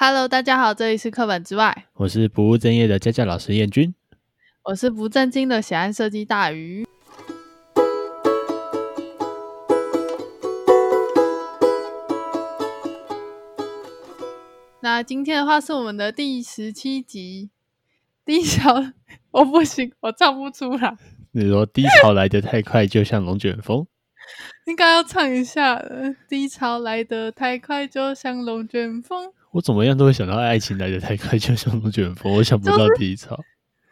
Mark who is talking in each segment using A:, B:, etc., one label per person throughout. A: Hello，大家好，这里是课本之外，
B: 我是不务正业的家教老师燕君。
A: 我是不正经的喜爱设计大鱼。那今天的话是我们的第十七集，低潮，我不行，我唱不出来，
B: 你说低潮来得太快，就像龙卷风。
A: 应该要唱一下了。低潮来得太快，就像龙卷风，
B: 我怎么样都会想到爱情来得太快，就像龙卷风。我想不到低潮，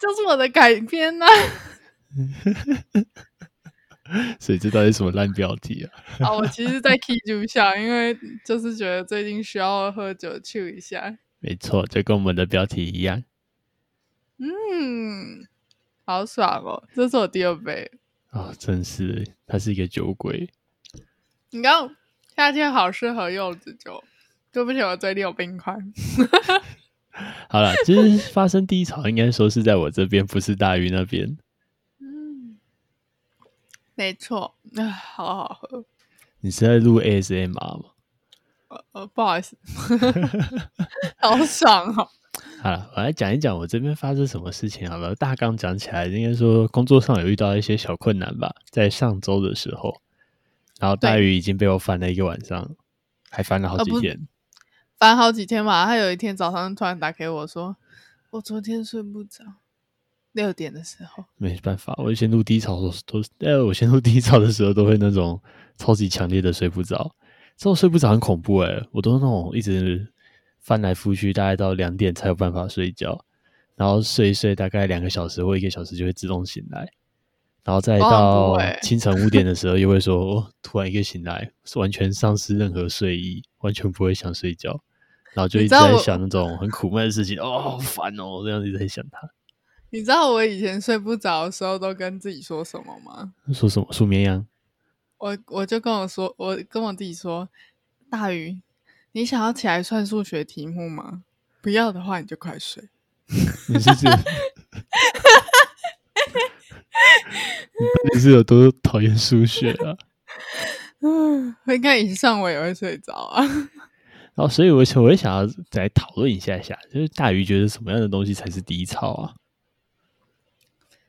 A: 就是我的改编呐、
B: 所以这到底什么烂标题啊？
A: 啊，我其实，在 K 住下，因为就是觉得最近需要喝酒 chill 一下。
B: 没错，就跟我们的标题一样。
A: 嗯，好爽哦！这是我第二杯。
B: 哦，真是的，他是一个酒鬼。
A: 你看，夏天好适合柚子酒。对不起，我嘴里有冰块。
B: 好了，其实发生低潮应该说是在我这边，不是大鱼那边。
A: 嗯，没错，啊，好好喝。
B: 你是在录 ASMR 吗？
A: 呃呃，不好意思， 好爽哦。
B: 好了，我来讲一讲我这边发生什么事情好了。大纲讲起来，应该说工作上有遇到一些小困难吧，在上周的时候，然后大
A: 对
B: 鱼已经被我烦了一个晚上，还烦了好
A: 呃
B: 几
A: 不
B: 天。
A: 反正好几天嘛，他有一天早上突然打给我说，我昨天睡不着，六点的时候。
B: 没办法，我先入低潮的时候都，呃，我先入低潮的时候都会那种超级强烈的睡不着，这种睡不着很恐怖诶、我都是那种一直翻来覆去，大概到两点才有办法睡觉，然后睡一睡大概两个小时或一个小时就会自动醒来，然后
A: 好
B: 再
A: 恐怖
B: 到
A: 欸
B: 清晨五点的时候又会说、哦，突然一个醒来，是完全丧失任何睡意，完全不会想睡觉，然后就
A: 你
B: 一
A: 知
B: 直
A: 道
B: 在
A: 我
B: 想那种很苦闷的事情，哦，好烦哦，这样一直在想它。
A: 你知道我以前睡不着的时候都跟自己说什么吗？
B: 说什么数绵羊？
A: 我我就跟我说，我跟我自己说，大鱼，你想要起来算数学题目吗？不要的话，你就快睡。
B: 你是指？你到底是有多讨厌数学啊？
A: 嗯，应该以上我也会睡着啊。
B: 然哦后，所以我想，我也想要来讨论一下下，就是大鱼觉得什么样的东西才是低潮啊？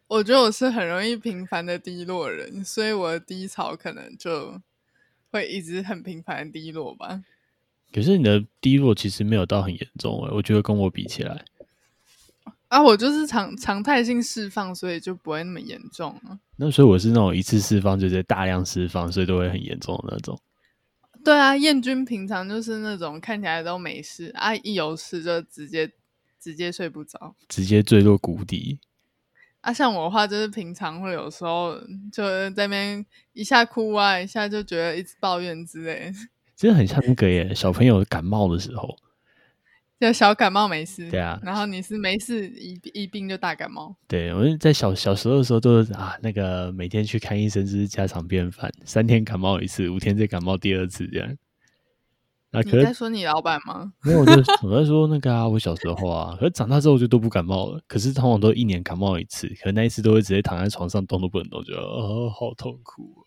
A: 我觉得我是很容易频繁的低落的人，所以我的低潮可能就会一直很频繁的低落吧。
B: 可是你的低落其实没有到很严重欸诶、我觉得跟我比起来，
A: 啊，我就是常常态性释放，所以就不会那么严重啊了、
B: 那所以我是那种一次释放就直接大量释放，所以都会很严重的那种。
A: 对啊，燕君平常就是那种看起来都没事啊，一有事就直接直接睡不着。
B: 直接坠落谷底，
A: 啊，像我的话，就是平常会有时候就在那边一下哭啊，一下就觉得一直抱怨之类，
B: 真的很像那个耶，小朋友感冒的时候，
A: 就小感冒没事。
B: 对啊
A: 然后你是没事一一病就大感冒，
B: 对，我在小小时候的时候都是啊，那个每天去看医生就是家常便饭，三天感冒一次，五天再感冒第二次这样。啊，
A: 你
B: 可
A: 在
B: 是
A: 说你老板吗？
B: 没有，我就我在说那个啊，我小时候啊，可是长大之后就都不感冒了。可是通常都一年感冒一次，可能那一次都会直接躺在床上动都不能动，觉得哦好痛苦哦、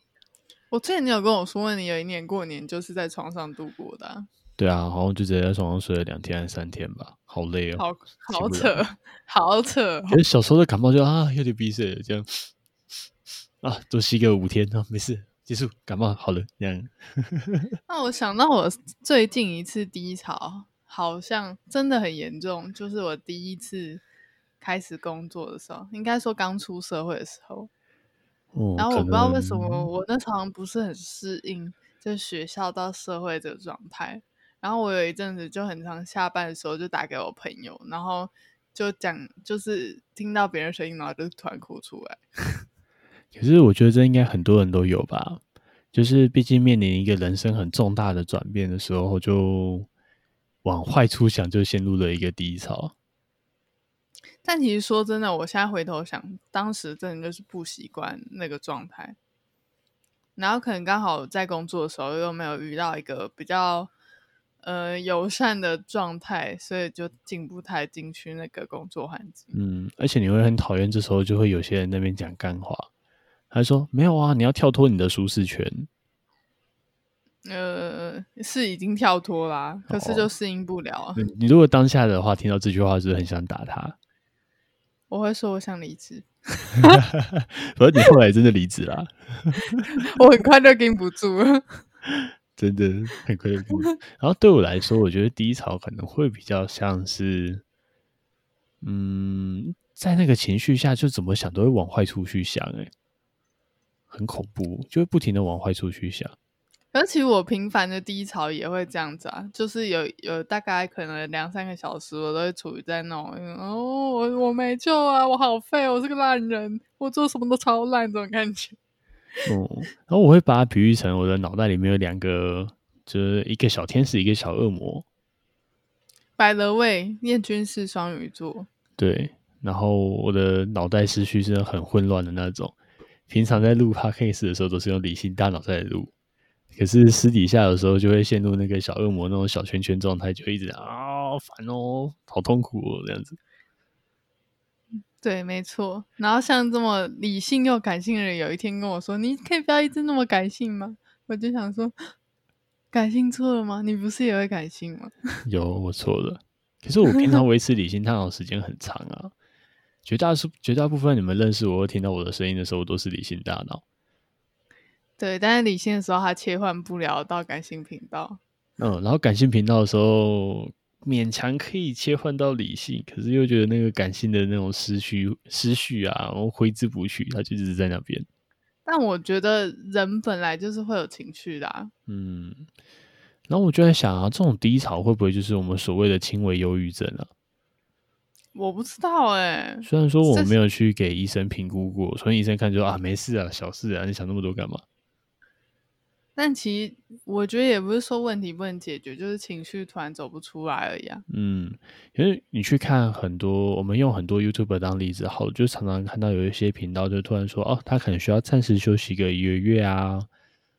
A: 我之前你有跟我说，你有一年过年就是在床上度过的啊、
B: 对啊，好像就直接在床上睡了两天还是三天吧，好累哦。
A: 好好
B: 不了
A: 扯，好扯哦。
B: 可是小时候的感冒就啊有点鼻水了这样，啊多吸个五天啊没事，结束感冒好了这样。
A: 那我想到我最近一次低潮，好像真的很严重，就是我第一次开始工作的时候，应该说刚出社会的时候。
B: 哦
A: 然后
B: 可
A: 我不知道为什
B: 能
A: 么我那时候好像不是很适应，就学校到社会这个状态。然后我有一阵子就很常下班的时候就打给我朋友，然后就讲，就是听到别人声音，然后就突然哭出来。
B: 可是我觉得这应该很多人都有吧，就是毕竟面临一个人生很重大的转变的时候，就往坏处想，就陷入了一个低潮。
A: 但其实说真的，我现在回头想，当时真的就是不习惯那个状态。然后可能刚好在工作的时候又没有遇到一个比较呃友善的状态，所以就进不太进去那个工作环境。
B: 嗯，而且你会很讨厌，这时候就会有些人那边讲干话，他说没有啊，你要跳脱你的舒适圈。
A: 呃，是已经跳脱啦，可是就
B: 哦
A: 适应不了啊。
B: 你如果当下的话听到这句话，就是很想打他。
A: 我会说我想离职，
B: 而你后来真的离职啊啦，
A: 我很快就顶不住了。
B: 真的很亏负。然后对我来说，我觉得低潮可能会比较像是，嗯，在那个情绪下，就怎么想都会往坏处去想、欸，很恐怖，就会不停的往坏处去想。
A: 而且我频繁的低潮也会这样子啊，就是有有大概可能两三个小时，我都会处于在那种嗯哦，我我没救啊，我好废，我是个烂人，我做什么都超烂这种感觉。
B: 嗯，然后我会把它比喻成我的脑袋里面有两个，就是一个小天使，一个小恶魔。
A: By the way，燕君是双鱼座，
B: 对，然后我的脑袋思绪是很混乱的那种。平常在录 podcast 的时候都是用理性大脑在录，可是私底下有时候就会陷入那个小恶魔那种小圈圈状态，就一直啊、好烦哦，好痛苦哦这样子。
A: 对，没错。然后像这么理性又感性的人，有一天跟我说：“你可以不要一直那么感性吗？”我就想说，感性错了吗？你不是也会感性吗？
B: 有我错了，可是我平常维持理性大脑时间很长啊。绝大数绝大部分你们认识我或听到我的声音的时候，我都是理性大脑。
A: 对，但是理性的时候，他切换不了到感性频道。
B: 嗯，然后感性频道的时候，勉强可以切换到理性，可是又觉得那个感性的那种思绪、思绪啊，然后挥之不去，它就一直在那边。
A: 但我觉得人本来就是会有情绪的、啊，
B: 嗯，然后我就在想啊，这种低潮会不会就是我们所谓的轻微忧郁症啊？
A: 我不知道哎、
B: 虽然说我
A: 这
B: 没有去给医生评估过，所以医生看就说啊，没事啊，小事啊，你想那么多干嘛？
A: 但其实我觉得也不是说问题不能解决，就是情绪突然走不出来而已啊。
B: 嗯，因为你去看很多，我们用很多 YouTube 当例子好了，就常常看到有一些频道就突然说，哦，他可能需要暂时休息个一个月啊，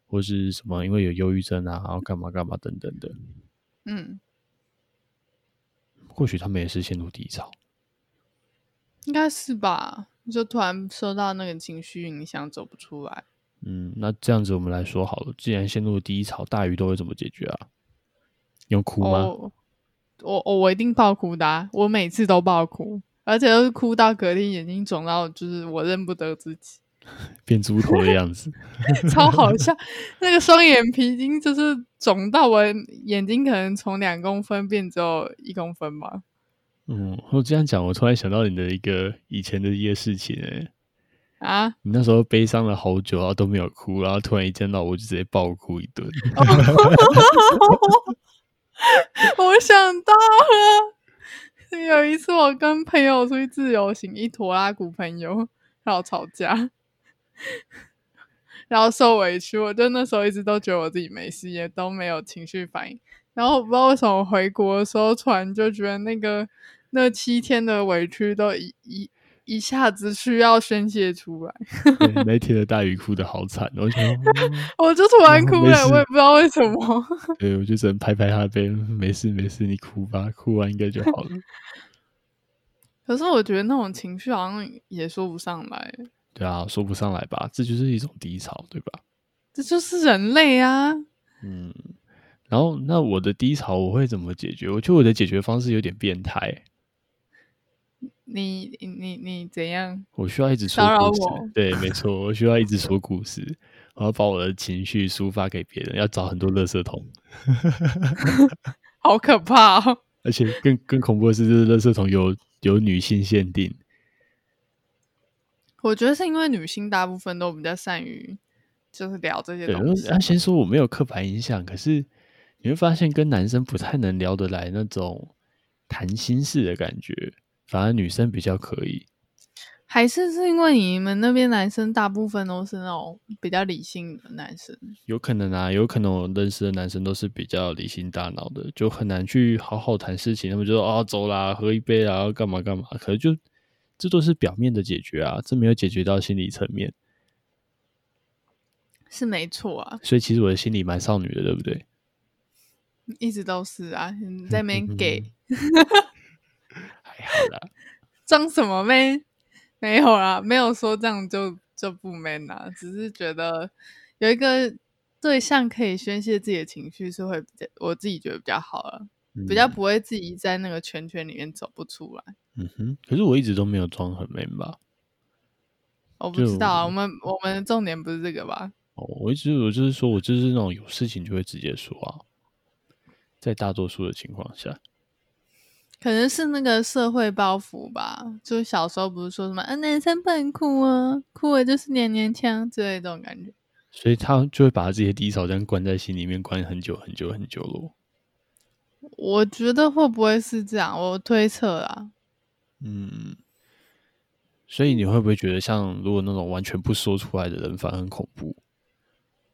B: 或是什么，因为有忧郁症啊，然后干嘛干嘛等等的。
A: 嗯，
B: 或许他们也是陷入低潮。
A: 应该是吧。就突然受到那个情绪影响，走不出来。
B: 嗯，那这样子我们来说好了，既然陷入低潮，大鱼都会怎么解决啊？用哭吗？
A: 哦、我我我一定爆哭的啊、我每次都爆哭，而且都是哭到隔天眼睛肿到，就是我认不得自己，
B: 变猪头的样子？
A: 超好笑。那个双眼皮筋就是肿到我眼睛可能从两公分变只有一公分吧。
B: 嗯，我这样讲，我突然想到你的一个以前的一个事情、欸，
A: 啊，
B: 你那时候悲伤了好久，然后都没有哭，然后突然一见到我就直接爆哭一 顿。
A: 我想到了，有一次我跟朋友出去自由行，一坨拉古朋友，然后吵架，然后受委屈，我就那时候一直都觉得我自己没事，也都没有情绪反应。然后我不知道为什么回国的时候，突然就觉得那个那七天的委屈都一一一下子需要宣泄出来，
B: 对那一天的大鱼哭的好惨，我想， 嗯
A: 我就突然
B: 哦
A: 哭
B: 没
A: 了，
B: 事
A: 我也不知道为什么。
B: 对我就只能拍拍他的背，嗯没事没事，你哭吧，哭完应该就 好了。
A: 可是我觉得那种情绪好像也说不上来，
B: 对啊，说不上来吧，这就是一种低潮，对吧？
A: 这就是人类啊。
B: 嗯，然后那我的低潮我会怎么解决？我觉得我的解决方式有点变态，
A: 你你你怎样？
B: 我需要一直说
A: 骚扰
B: 故
A: 我
B: 事，对，没错，我需要一直说故事，我要把我的情绪抒发给别人，要找很多垃圾桶。
A: 好可怕哦！
B: 而且更更恐怖的是，这个垃圾桶有有女性限定，
A: 嗯我觉得是因为女性大部分都比较善于就是聊这些
B: 对，
A: 东西，啊
B: 要先说我没有刻板印象，可是你会发现跟男生不太能聊得来那种谈心事的感觉，反而女生比较可以。
A: 还是是因为你们那边男生大部分都是那种比较理性的男生，
B: 有可能啊，有可能我认识的男生都是比较理性大脑的，就很难去好好谈事情。他们就说啊，走啦，喝一杯啦，要干嘛干嘛，可是就这都是表面的解决啊，这没有解决到心理层面。
A: 是没错啊，
B: 所以其实我的心里蛮少女的，对不对？
A: 一直都是啊，你在那边给
B: 还好 啦，
A: 装什么 man？没 有啦，没有说这样就就不 man 啦，只是觉得有一个对象可以宣泄自己的情绪，是会比较我自己觉得比较好啊了，比较不会自己在那个圈圈里面走不出来。
B: 嗯哼。可是我一直都没有装很 man 吧？
A: 我不知道啊，我们我们的重点不是这个吧？
B: 哦，我一直我就是说我就是那种有事情就会直接说啊，在大多数的情况下，
A: 可能是那个社会包袱吧，就是小时候不是说什么啊，男生不能哭啊，哭了就是娘娘腔之类的这种感觉。
B: 所以他就会把自己的低潮这样关在心里面，关很久很久很久咯。
A: 我觉得会不会是这样？我推测啦，
B: 嗯，所以你会不会觉得像如果那种完全不说出来的人反而很恐怖？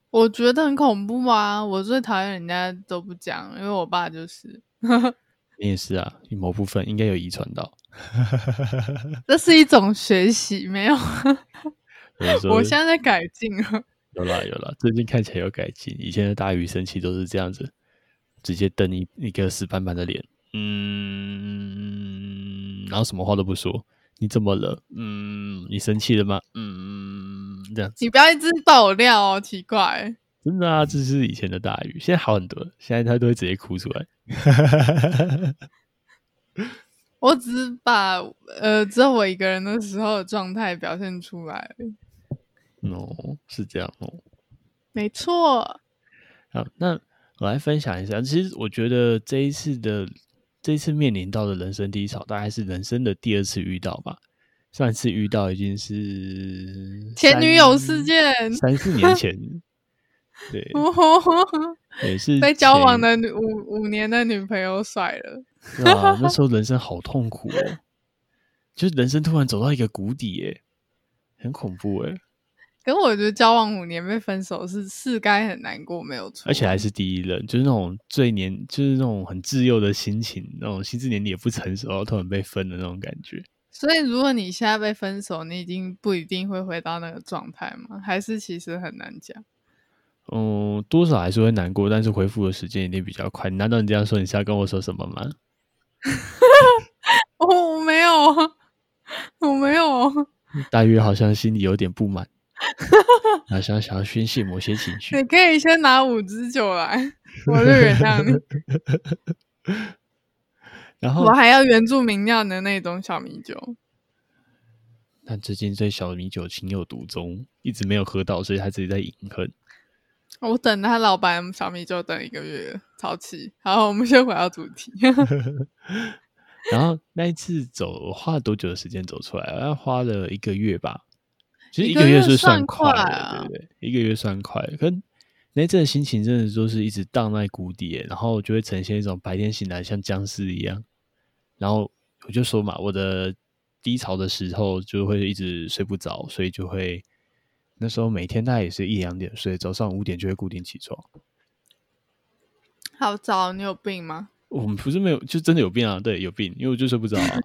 A: 我觉得很恐怖啊！我最讨厌人家都不讲，因为我爸就是，
B: 你也是啊，你某部分应该有遗传到。
A: 这是一种学习，没有，
B: 有的时候
A: 我现在在改进了。
B: 有啦有啦，最近看起来有改进。以前的大鱼生气都是这样子，直接瞪一一个死板板的脸，嗯，然后什么话都不说。你怎么了？嗯，你生气了吗？嗯，这样
A: 你不要一直爆料哦，奇怪。
B: 真的啊，这是以前的大鱼，现在好很多了，现在他都会直接哭出来。
A: 我只是把呃只有我一个人的时候的状态表现出来而已，
B: 哦，是这样哦。
A: 没错。
B: 好，那我来分享一下。其实我觉得这一次的这一次面临到的人生低潮，大概是人生的第二次遇到吧。上一次遇到已经是
A: 前女友事
B: 三
A: 件，
B: 三四年前， 对，也是
A: 被交往
B: 前
A: 的女五五年的女朋友甩了，
B: 哇，那时候人生好痛苦哦，就是人生突然走到一个谷底耶，很恐怖哎，
A: 可我觉得交往五年被分手是是该很难过，没有错。
B: 而且还是第一任，就是那种最年，就是那种很自幼的心情，那种心智年龄也不成熟，然后突然被分的那种感觉。
A: 所以，如果你现在被分手，你已经不一定会回到那个状态吗？还是其实很难讲？
B: 嗯，多少还是会难过，但是恢复的时间一定比较快。难道你这样说，你是要跟我说什么吗？
A: 哦，我没有，我没有。
B: 大约好像心里有点不 满，好像想要宣泄某些情绪
A: 你。可以先拿五支酒来，我就原谅你。
B: 然后
A: 我，还要原住民酿的那种小米酒。
B: 但最近对小米酒情有独钟，一直没有喝到，所以他自己在饮恨。
A: 我等他老板小米酒等一个月了，超气。好，我们先回到主题。
B: 然后那一次走，我花了多久的时间走出来？好像花了一个月吧。其实
A: 一
B: 一
A: 个
B: 个月
A: 月
B: 是
A: 算
B: 快
A: 快
B: 的，
A: 啊
B: 对不对？一个月算快的，可那一阵的心情真的就是一直荡在谷底耶，然后就会呈现一种白天醒来像僵尸一样。然后我就说嘛，我的低潮的时候就会一直睡不着，所以就会那时候每天大概也是一两点睡，早上五点就会固定起床。
A: 好早，你有病吗？
B: 我们不是没有，就真的有病啊！对，有病，因为我就睡不 着、啊，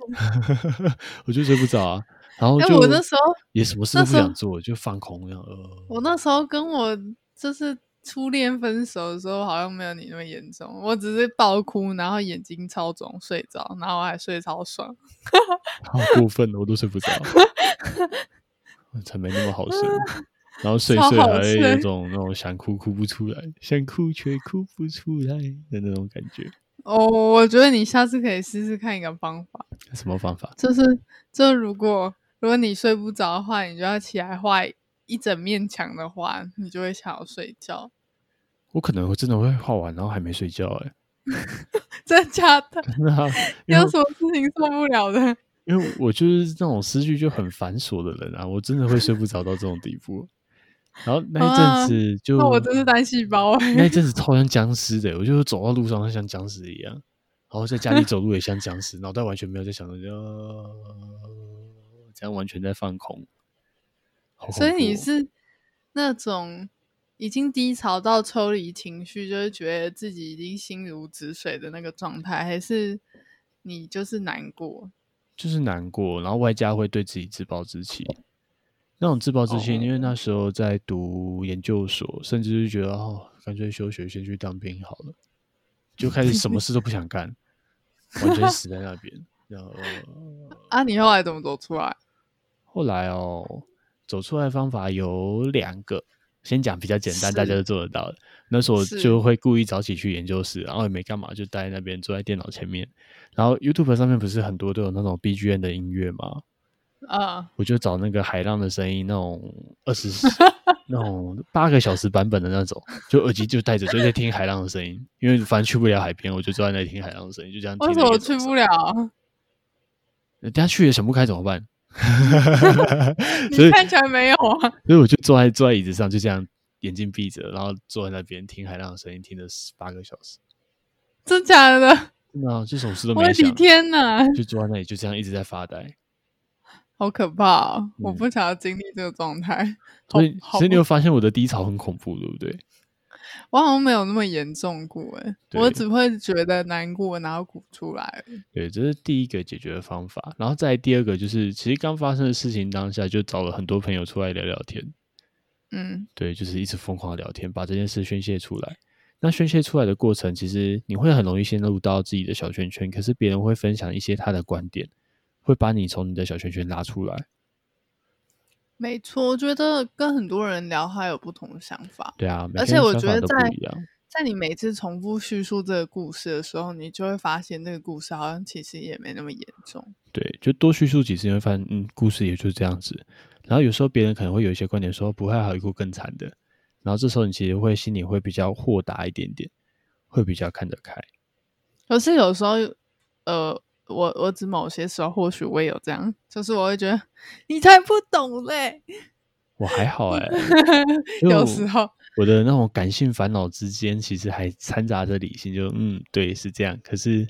B: 我就睡不着啊。然后
A: 哎、
B: 就
A: 我那时候，
B: 也什么事都
A: 那
B: 不
A: 时候
B: 想做，就放空那样。呃，
A: 我那时候跟我就是初恋分手的时候，好像没有你那么严重。我只是爆哭，然后眼睛超肿睡着，然后我还睡超爽。
B: 好过分哦，我都睡不着，我才没那么 好睡。然后睡一
A: 超
B: 睡
A: 好
B: 还会有
A: 睡
B: 一种那种想哭哭不出来，想哭却哭不出来的那种感觉。
A: 哦、我觉得你下次可以试试看一个方法，
B: 什么方法？
A: 就是就如果如果你睡不着的话，你就要起来画一整面墙的画，你就会想要睡觉。
B: 我可能我真的会画完，然后还没睡觉哎、
A: 真的假的？
B: 真的啊，因
A: 有
B: 为
A: 什么事情受不了的？
B: 因为我就是那种思绪就很繁琐的人啊，我真的会睡不着到这种地步。然后那一阵
A: 啊
B: 子就、
A: 那我真是单细 胞哎、
B: 那一阵子超像僵尸的，我就走到路上像僵尸一样，然后在家里走路也像僵尸，脑袋完全没有在想着，就这样完全在放空。好恐
A: 所以你
B: 怖哦
A: 是那种已经低潮到抽离情绪，就是觉得自己已经心如止水的那个状态，还是你就是难过？
B: 就是难过，然后外加会对自己自暴自弃。那种自暴自弃，因为
A: 哦
B: 那时候在读研究所，甚至是觉得哦，干脆休学先去当兵好了，就开始什么事都不想干，完全死在那边。然后
A: 啊，你后来怎么走出来？
B: 后来哦，走出来的方法有两个，先讲比较简单，
A: 是
B: 大家都做得到的。那时候我
A: 是
B: 就会故意早起去研究室，然后也没干嘛，就待在那边坐在电脑前面。然后 YouTube 上面不是很多都有那种 BGM 的音乐吗？
A: 啊，
B: 我就找那个海浪的声音那种二十 那种八个小时版本的那种，就耳机就戴着，就在听海浪的声音。因为反正去不了海边，我就坐在那里听海浪的声音，就这样听
A: 为
B: 了一
A: 什
B: 个
A: 么
B: 早上。
A: 我去不了？
B: 等下去也想不开怎么办？所 以
A: 你看起来没有啊？
B: 所以我就坐在坐在椅子上，就这样眼睛闭着，然后坐在那边听海浪的声音，听了十八个小时。
A: 真假的？
B: 真的啊，这首诗都
A: 我
B: 没
A: 的
B: 想，
A: 天哪，
B: 就坐在那里就这样一直在发呆。
A: 好可怕、哦！我
B: 嗯
A: 不想要经历这个状态。好
B: 所以，
A: 好
B: 所以
A: 不
B: 你有发现我的低潮很恐怖，对不对？
A: 我好像没有那么严重过哎、
B: 对
A: 我只会觉得难过，然后哭出来而已。
B: 对，这是第一个解决的方法。然后再来第二个就是，其实刚发生的事情当下，就找了很多朋友出来聊聊天。
A: 嗯，
B: 对，就是一直疯狂地聊天，把这件事宣泄出来。那宣泄出来的过程，其实你会很容易陷入到自己的小圈圈，可是别人会分享一些他的观点，会把你从你的小圈圈拉出来。
A: 没错，我觉得跟很多人聊还有不同的想法，
B: 对啊，每
A: 而
B: 个
A: 且
B: 人
A: 我
B: 想
A: 觉
B: 法
A: 得
B: 都
A: 在
B: 不一样。
A: 在你每次重复叙述这个故事的时候，你就会发现那个故事好像其实也没那么严重。
B: 对，就多叙述几次，你会发现，嗯，故事也就是这样子。然后有时候别人可能会有一些观点说，不会还有一个更惨的。然后这时候你其实会心里会比较豁达一点点，会比较看得开。
A: 可是有时候，呃，我我指某些时候，或许我也有这样，就是我会觉得 你才不懂嘞。
B: 我还好哎、 就
A: 有时候，
B: 我的那种感性烦恼之间，其实还掺杂着理性，就嗯，对，是这样。可是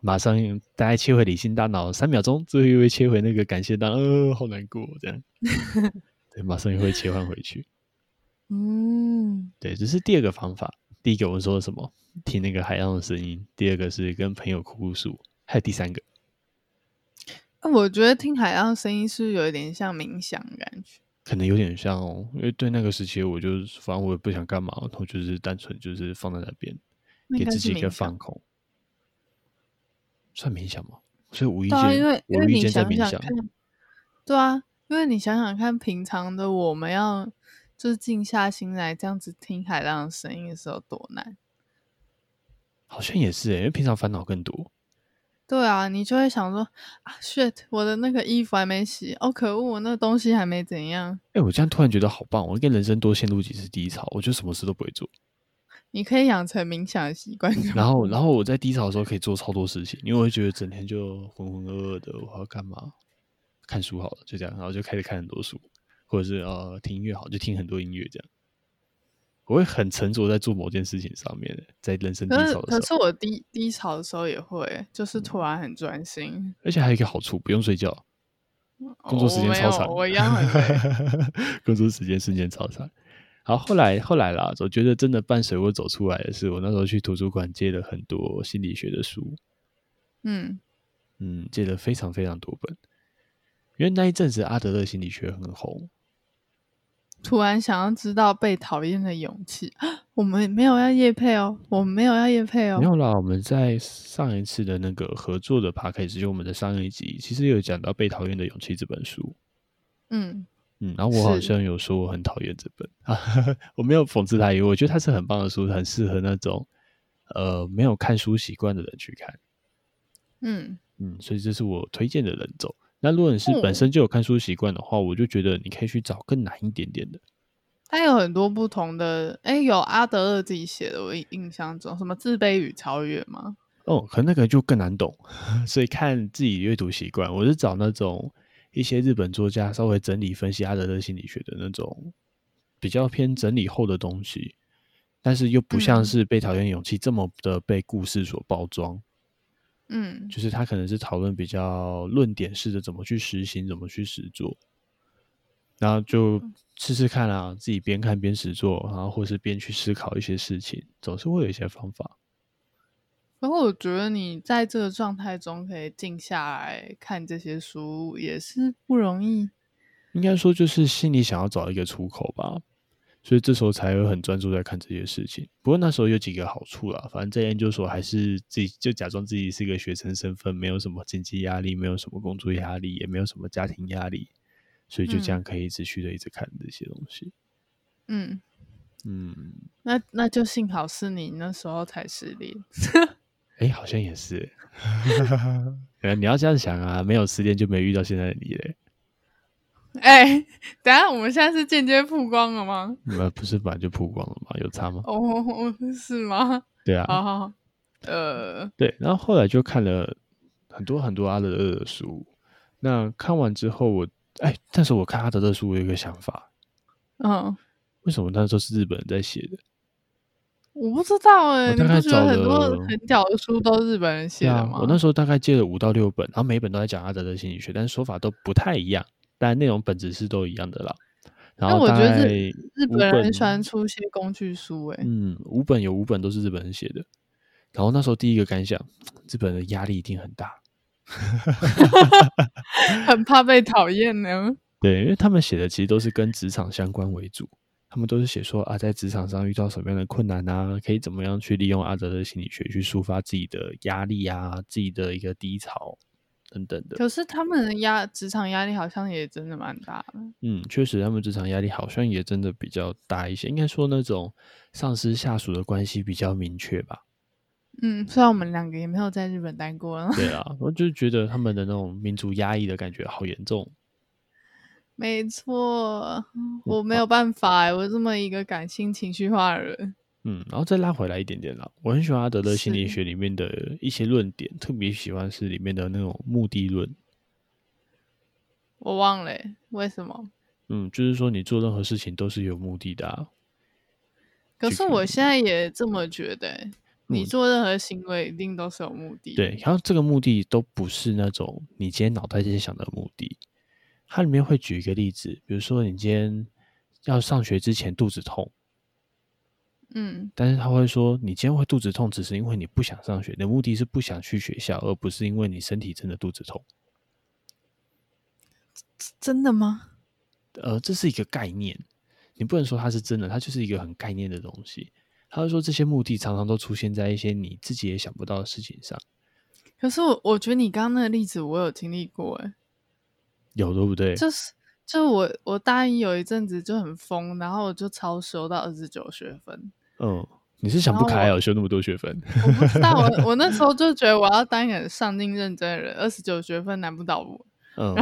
B: 马上大家切回理性大脑三秒钟，最后又会切回那个感性大脑，呃，好难过这样。对，马上又会切换回去。
A: 嗯，
B: 对，这是第二个方法。第一个我们说的什么？听那个海浪的声音。第二个是跟朋友哭哭诉，还有第三个，
A: 那我觉得听海浪声音是有一点像冥想的感觉。
B: 可能有点像哦，因为对那个时期，我就是反正我也不想干嘛，然后就是单纯就是放在那边，
A: 那应
B: 给
A: 该
B: 自
A: 是
B: 己一个
A: 冥想
B: 放空，算冥想吗？所以无意
A: 对
B: 间，
A: 啊，因为因
B: 无
A: 为
B: 意
A: 你
B: 间在
A: 想
B: 冥
A: 想看，对啊，因为你想想看，平常的我们要就是静下心来这样子听海浪的声音的时候多难。
B: 好像也是耶，因为平常烦恼更多。
A: 对啊，你就会想说啊，shit，我的那个衣服还没洗，哦，可恶，我那个东西还没怎样。
B: 哎，我这样突然觉得好棒，我应该人生多陷入几次低潮，我就什么事都不会做。
A: 你可以养成冥想的习惯。
B: 然后，然后我在低潮的时候可以做超多事情，因为我会觉得整天就浑浑噩噩的，我要干嘛？看书好了，就这样，然后就开始看很多书，或者是呃听音乐好，就听很多音乐这样。我会很沉着在做某件事情上面的，在人生低
A: 可是
B: 潮的
A: 可
B: 时候，嗯
A: 是我低低潮的时候也会，就是突然很专心。
B: 而且还有一个好处，不用睡觉，工作时
A: 我
B: 间
A: 哦没
B: 超
A: 有
B: 长，
A: 我一样 很累。
B: 工作时间瞬间超长。好，后来后来啦，我觉得真的伴随我走出来的是，我那时候去图书馆借了很多心理学的书，
A: 嗯，
B: 嗯，借了非常非常多本，因为那一阵子阿德勒心理学很红，
A: 突然想要知道被讨厌的勇气。 我们没有要叶配哦，我们没有要叶配哦
B: 没。有啦，我们在上一次的那个合作的 p a c k a g e 就我们的上一集，其实有讲到《被讨厌的勇气》这本书，
A: 嗯，
B: 嗯，然后我好
A: 是
B: 像有说我很讨厌这本， 我没有讽刺他，因为我觉得它是很棒的书，很适合那种呃没有看书习惯的人去看，
A: 嗯，
B: 嗯，所以这是我推荐的人走。那如果你是本
A: 嗯
B: 身就有看书习惯的话，我就觉得你可以去找更难一点点的。
A: 它有很多不同的，哎，有阿德勒自己写的，我印印象中什么自卑与超越吗？
B: 哦，可能那个就更难懂， 所以看自己阅读习惯。我是找那种一些日本作家稍微整理分析阿德勒心理学的那种比较偏整理后的东西，但是又不像
A: 嗯
B: 是被讨厌勇气这么的被故事所包装，
A: 嗯
B: 就是他可能是讨论比较论点式的怎么去实行，怎么去实做，然后就试试看啊，自己边看边实做，然后或是边去思考一些事情，总是会有一些方法。
A: 然后我觉得你在这个状态中可以静下来看这些书，也是不容易。
B: 应该说就是心里想要找一个出口吧，所以这时候才会很专注在看这些事情。不过那时候有几个好处啦，反正在研究所还是自己就假装自己是一个学生身份，没有什么经济压力，没有什么工作压力，也没有什么家庭压力，所以就这样可以持续的一直看这些东西。
A: 嗯，
B: 嗯，
A: 那那就幸好是你那时候才失恋，
B: 哎，好像也是。呃，你要这样想啊，没有失恋就没遇到现在的你嘞。
A: 哎、 等一下我们现在是间接曝光了吗？
B: 那不是本来就曝光了吗？有差吗？
A: 哦， 是吗？
B: 对啊，
A: 好好好，哦 呃，
B: 对，然后后来就看了很多很多阿德勒的书。那看完之后我，哎，但是我看阿德勒的书，我有一个想法：
A: 嗯，
B: 为什么那时候是日本人在写的？
A: 我不知道哎、
B: 我
A: 你
B: 大
A: 不
B: 概
A: 觉得
B: 找
A: 很多
B: 了
A: 很屌的书都日本人写
B: 对
A: 的
B: 啊
A: 吗？，
B: 我那时候大概借了五到六本，然后每一本都在讲阿德勒心理学，但是说法都不太一样，但内容本质是都一样的啦。然
A: 那
B: 后
A: 我
B: 大
A: 觉得
B: 概
A: 日日
B: 五
A: 本人很
B: 本
A: 喜欢出一些工具书哎、
B: 嗯，五本有五本都是日本人写的。然后那时候第一个感想，日本人的压力一定很大，嗯
A: 很怕被讨厌 呢。
B: 对，因为他们写的其实都是跟职场相关为主，他们都是写说啊，在职场上遇到什么样的困难啊，可以怎么样去利用阿德勒心理学去抒发自己的压力啊，自己的一个低潮等等的。
A: 可是他们的压职场压力好像也真的蛮大的。
B: 嗯，确实，他们职场压力好像也真的比较大一些，应该说那种上司下属的关系比较明确吧。
A: 嗯，虽然我们两个也没有在日本待过，
B: 对啊，我就觉得他们的那种民族压抑的感觉好严重。
A: 没错，我没有办法、欸，我这么一个感性情绪化的人，
B: 嗯，然后再拉回来一点点啦，我很喜欢阿德勒心理
A: 是
B: 学里面的一些论点，特别喜欢是里面的那种目的论。
A: 我忘了、欸、为什么。
B: 嗯，就是说你做任何事情都是有目的的、啊。
A: 可是我现在也这么觉得欸、你
B: 嗯
A: 做任何行为一定都是有目的。，
B: 对，然后这个目的都不是那种你今天脑袋在想的目的。它里面会举一个例子，比如说你今天要上学之前肚子痛，
A: 嗯，
B: 但是他会说你今天会肚子痛，只是因为你不想上学，你的目的是不想去学校，而不是因为你身体真的肚子痛。
A: 真的吗？
B: 呃，这是一个概念，你不能说它是真的，它就是一个很概念的东西。他就说这些目的常常都出现在一些你自己也想不到的事情上，
A: 可是我我觉得你刚刚那个例子我有经历过、欸，
B: 有对不对？
A: 就是就我我大一有一阵子就很疯，然后我就超修到二十九学分，
B: 嗯，你是想不
A: 然后
B: 开哦，修那么多学分。
A: 我不知道 我我那时候就觉得我要当一个很上进认真的人，二十九学分难不倒我。
B: 嗯，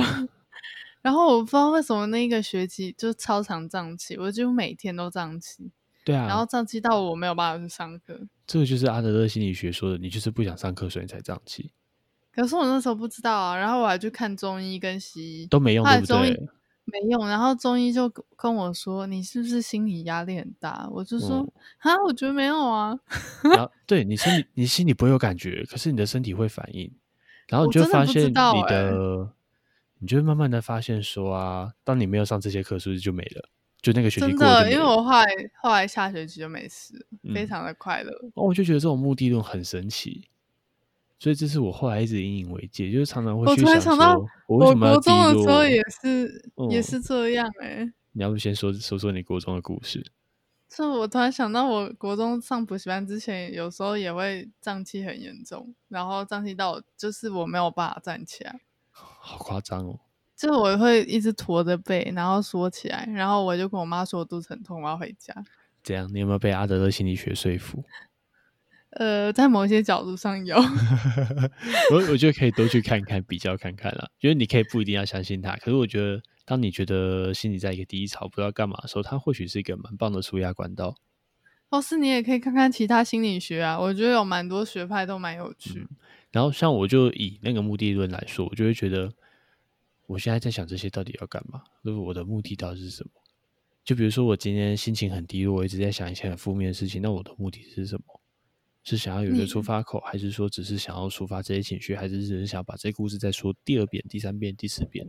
A: 然后我不知道为什么那一个学期就超常胀气，我几乎每天都胀气，
B: 对啊。
A: 然后胀气到我没有办法去上课。
B: 这个就是阿德勒心理学说的，你就是不想上课，所以你才胀气，
A: 可是我那时候不知道啊，然后我还去看中医跟西医，
B: 都没用，
A: 后
B: 对
A: 来
B: 不
A: 中医
B: 对？
A: 没用。然后中医就跟我说：“你是不是心理压力很大？”我就说
B: 嗯：“
A: 啊、我觉得没有啊。
B: 然后对你身体，你心里不会有感觉，可是你的身体会反应，然
A: 我
B: 后你就
A: 真的
B: 发
A: 不知
B: 现你
A: 道欸
B: 的，你就会慢慢的发现说啊，当你没有上这些课，是不是就没了？就那个”学期
A: 真
B: 过了就
A: 的，
B: 没
A: 因为
B: 了
A: 我后来后来下学期就没事了，非
B: 嗯
A: 常的快乐。
B: 哦，我就觉得这种目的论很神奇，所以这是我后来一直引以为戒，就是常常会
A: 我
B: 去
A: 突然
B: 想
A: 想到
B: 说，我为
A: 我
B: 什么要
A: 国
B: 低
A: 中的时
B: 落
A: 候？也是、也
B: 嗯
A: 是这样哎、
B: 你要不先说说说你国中的故事？
A: 这我突然想到，我国中上补习班之前，有时候也会胀气很严重，然后胀气到我就是我没有办法站起来，
B: 好夸张哦！
A: 就是我会一直驼着背，然后缩起来，然后我就跟我妈说我肚子很痛，我要回家。
B: 怎样？你有没有被阿德勒心理学说服？
A: 呃，在某些角度上有，
B: 我我觉得可以多去看看，比较看看啦。因为你可以不一定要相信他，可是我觉得，当你觉得心里在一个低潮，不知道干嘛的时候，它或许是一个蛮棒的舒压管道。
A: 或是你也可以看看其他心理学啊，我觉得有蛮多学派都蛮有趣。
B: 然后像我就以那个目的论来说，我就会觉得，我现在在想这些到底要干嘛？就是我的目的到底是什么？就比如说我今天心情很低落，我一直在想一些很负面的事情，那我的目的是什么？是想要有一个
A: 你
B: 出发口，还是说只是想要抒发这些情绪，还是只是想把这故事再说第二遍、第三遍、第四遍？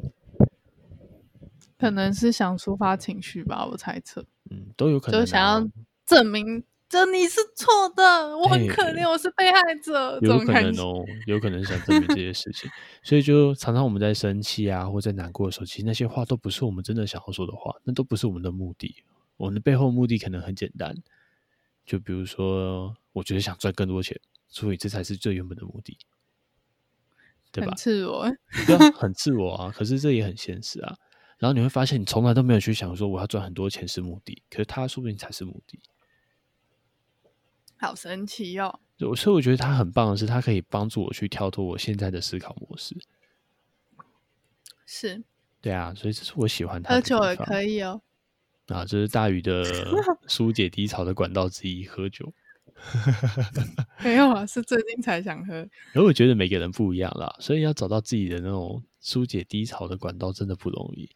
A: 可能是想抒发情绪吧，我猜测，
B: 嗯，都有可能、啊。
A: 就想要证明这你是错的，我很
B: 对
A: 可怜，我是被害 者，这
B: 有
A: 种
B: 可
A: 感
B: 能
A: 觉。
B: 哦，有可能想证明这些事情，所以就常常我们在生气啊，或在难过的时候，其实那些话都不是我们真的想要说的话，那都不是我们的目的。我们的背后目的可能很简单，就比如说，我觉得想赚更多钱，所以这才是最原本的目的，对吧
A: 很？赤裸欸。
B: 对啊，很自我啊，可是这也很现实啊。然后你会发现你从来都没有去想说我要赚很多钱是目的，可是他说不定才是目的。
A: 好神奇哦！
B: 就所以我觉得他很棒的是，他可以帮助我去跳脱我现在的思考模式。
A: 是，
B: 对啊，所以这是我喜欢他
A: 喝
B: 的地
A: 酒
B: 方。
A: 也可以哦。
B: 啊，这是大禹 的疏解低潮的管道之一——喝酒。
A: 没有啊，是最近才想喝。
B: 而我觉得每个人不一样啦，所以要找到自己的那种疏解低潮的管道真的不容易。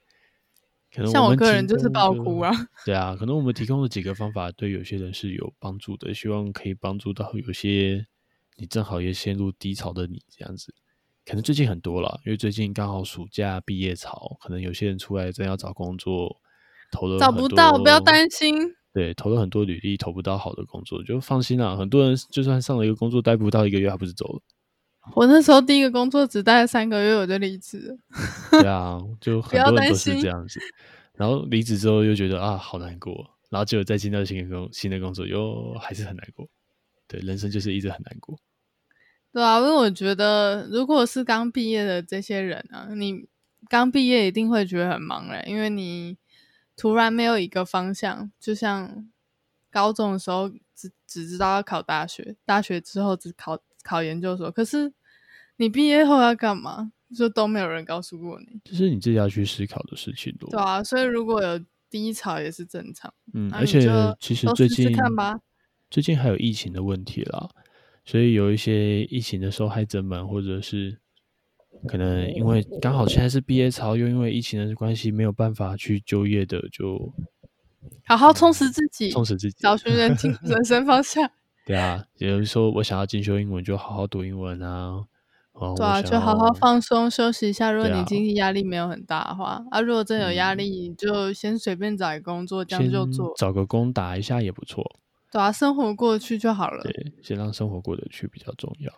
B: 可能
A: 像
B: 嗯我
A: 我
B: 们
A: 个
B: 提
A: 人就是
B: 供
A: 爆
B: 的
A: 哭啊。
B: 对啊，可能我们提供的几个方法对有些人是有帮助的，希望可以帮助到有些你正好也陷入低潮的你这样子。可能最近很多了，因为最近刚好暑假毕业潮，可能有些人出来正要找工作，投了
A: 找
B: 很
A: 不到不要
B: 多
A: 担心
B: 对，投了很多履历，投不到好的工作，就放心啦。很多人就算上了一个工作，待不到一个月，他不是走了？
A: 我那时候第一个工作只待了三个月，我就离职了。
B: 对啊， 就很
A: 要
B: 多人
A: 担
B: 都是
A: 心
B: 这样子。然后离职之后又觉得啊，好难过。然后结果再进到新的工新的工作，又还是很难过。对，人生就是一直很难过。
A: 对啊，因为我觉得如果是刚毕业的这些人啊，你刚毕业一定会觉得很茫然，因为你突然没有一个方向，就像高中的时候只只知道要考大学，大学之后只考考研究所，可是你毕业后要干嘛，就都没有人告诉过你。
B: 这是你自己要去思考的事情咯。
A: 对啊，所以如果有低潮也是正常。
B: 嗯，
A: 那
B: 而
A: 你
B: 且
A: 就
B: 其实
A: 都
B: 最
A: 试试
B: 近
A: 看吧
B: 最近还有疫情的问题啦，所以有一些疫情的受害者们，或者是可能因为刚好现在是毕业潮，又因为疫情的关系没有办法去就业的，就
A: 好好充实自己，
B: 充实自己。
A: 找寻人 进人生方向。
B: 对啊，也就是说我想要进修英文，就好好读英文啊。哦，
A: 对
B: 我
A: 啊，
B: 想
A: 就好好
B: 要
A: 放松休息一下。如果
B: 对
A: 你
B: 啊嗯
A: 经济压力没有很大的话，啊，如果真的有压力，你就先随便找一个工作，这样
B: 先
A: 就做。
B: 找个工打一下也不错。
A: 对啊，生活过去就好了。
B: 对，先让生活过得去比较重要。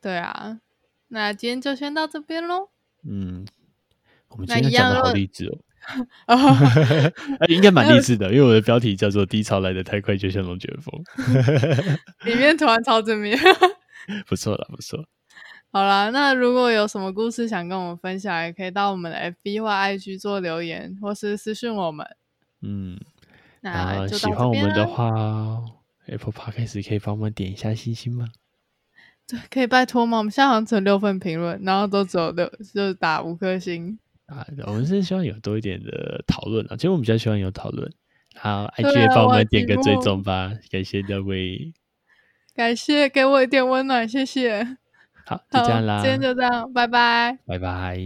A: 对啊，那今天就先到这边 喽。
B: 嗯，我们今
A: 那
B: 天
A: 一
B: 讲
A: 样啊
B: 的
A: 如
B: 好
A: 果
B: 励志哦。
A: 哦
B: 哎，应该蛮励志的，因为我的标题叫做“低潮来得太快，就像龙卷风
A: 里面突然超正面。”，
B: 不错了，不错。
A: 好啦，那如果有什么故事想跟我们分享，也可以到我们的 FB 或 IG 做留言，或是私讯我们。
B: 嗯，
A: 那
B: 那
A: 就
B: 啊喜
A: 到
B: 欢
A: 这
B: 我
A: 边
B: 们的
A: 啦，
B: 话，Apple Podcast 可以帮我们点一下星星吗？
A: 对，可以拜托吗？我们现在好像只有六份评论，然后都只有六，就是打五颗星。
B: 啊，我们是希望有多一点的讨论啊，其实我们比较希望有讨论。好
A: 对
B: ，IG 也
A: 啊
B: 帮
A: 我
B: 我们
A: 的
B: 点
A: 题
B: 个追
A: 目
B: 踪吧，感谢各位。
A: 感谢给我一点温暖，谢谢。
B: 好，就
A: 好，
B: 这样啦，
A: 今天就这样，拜拜。
B: 拜拜。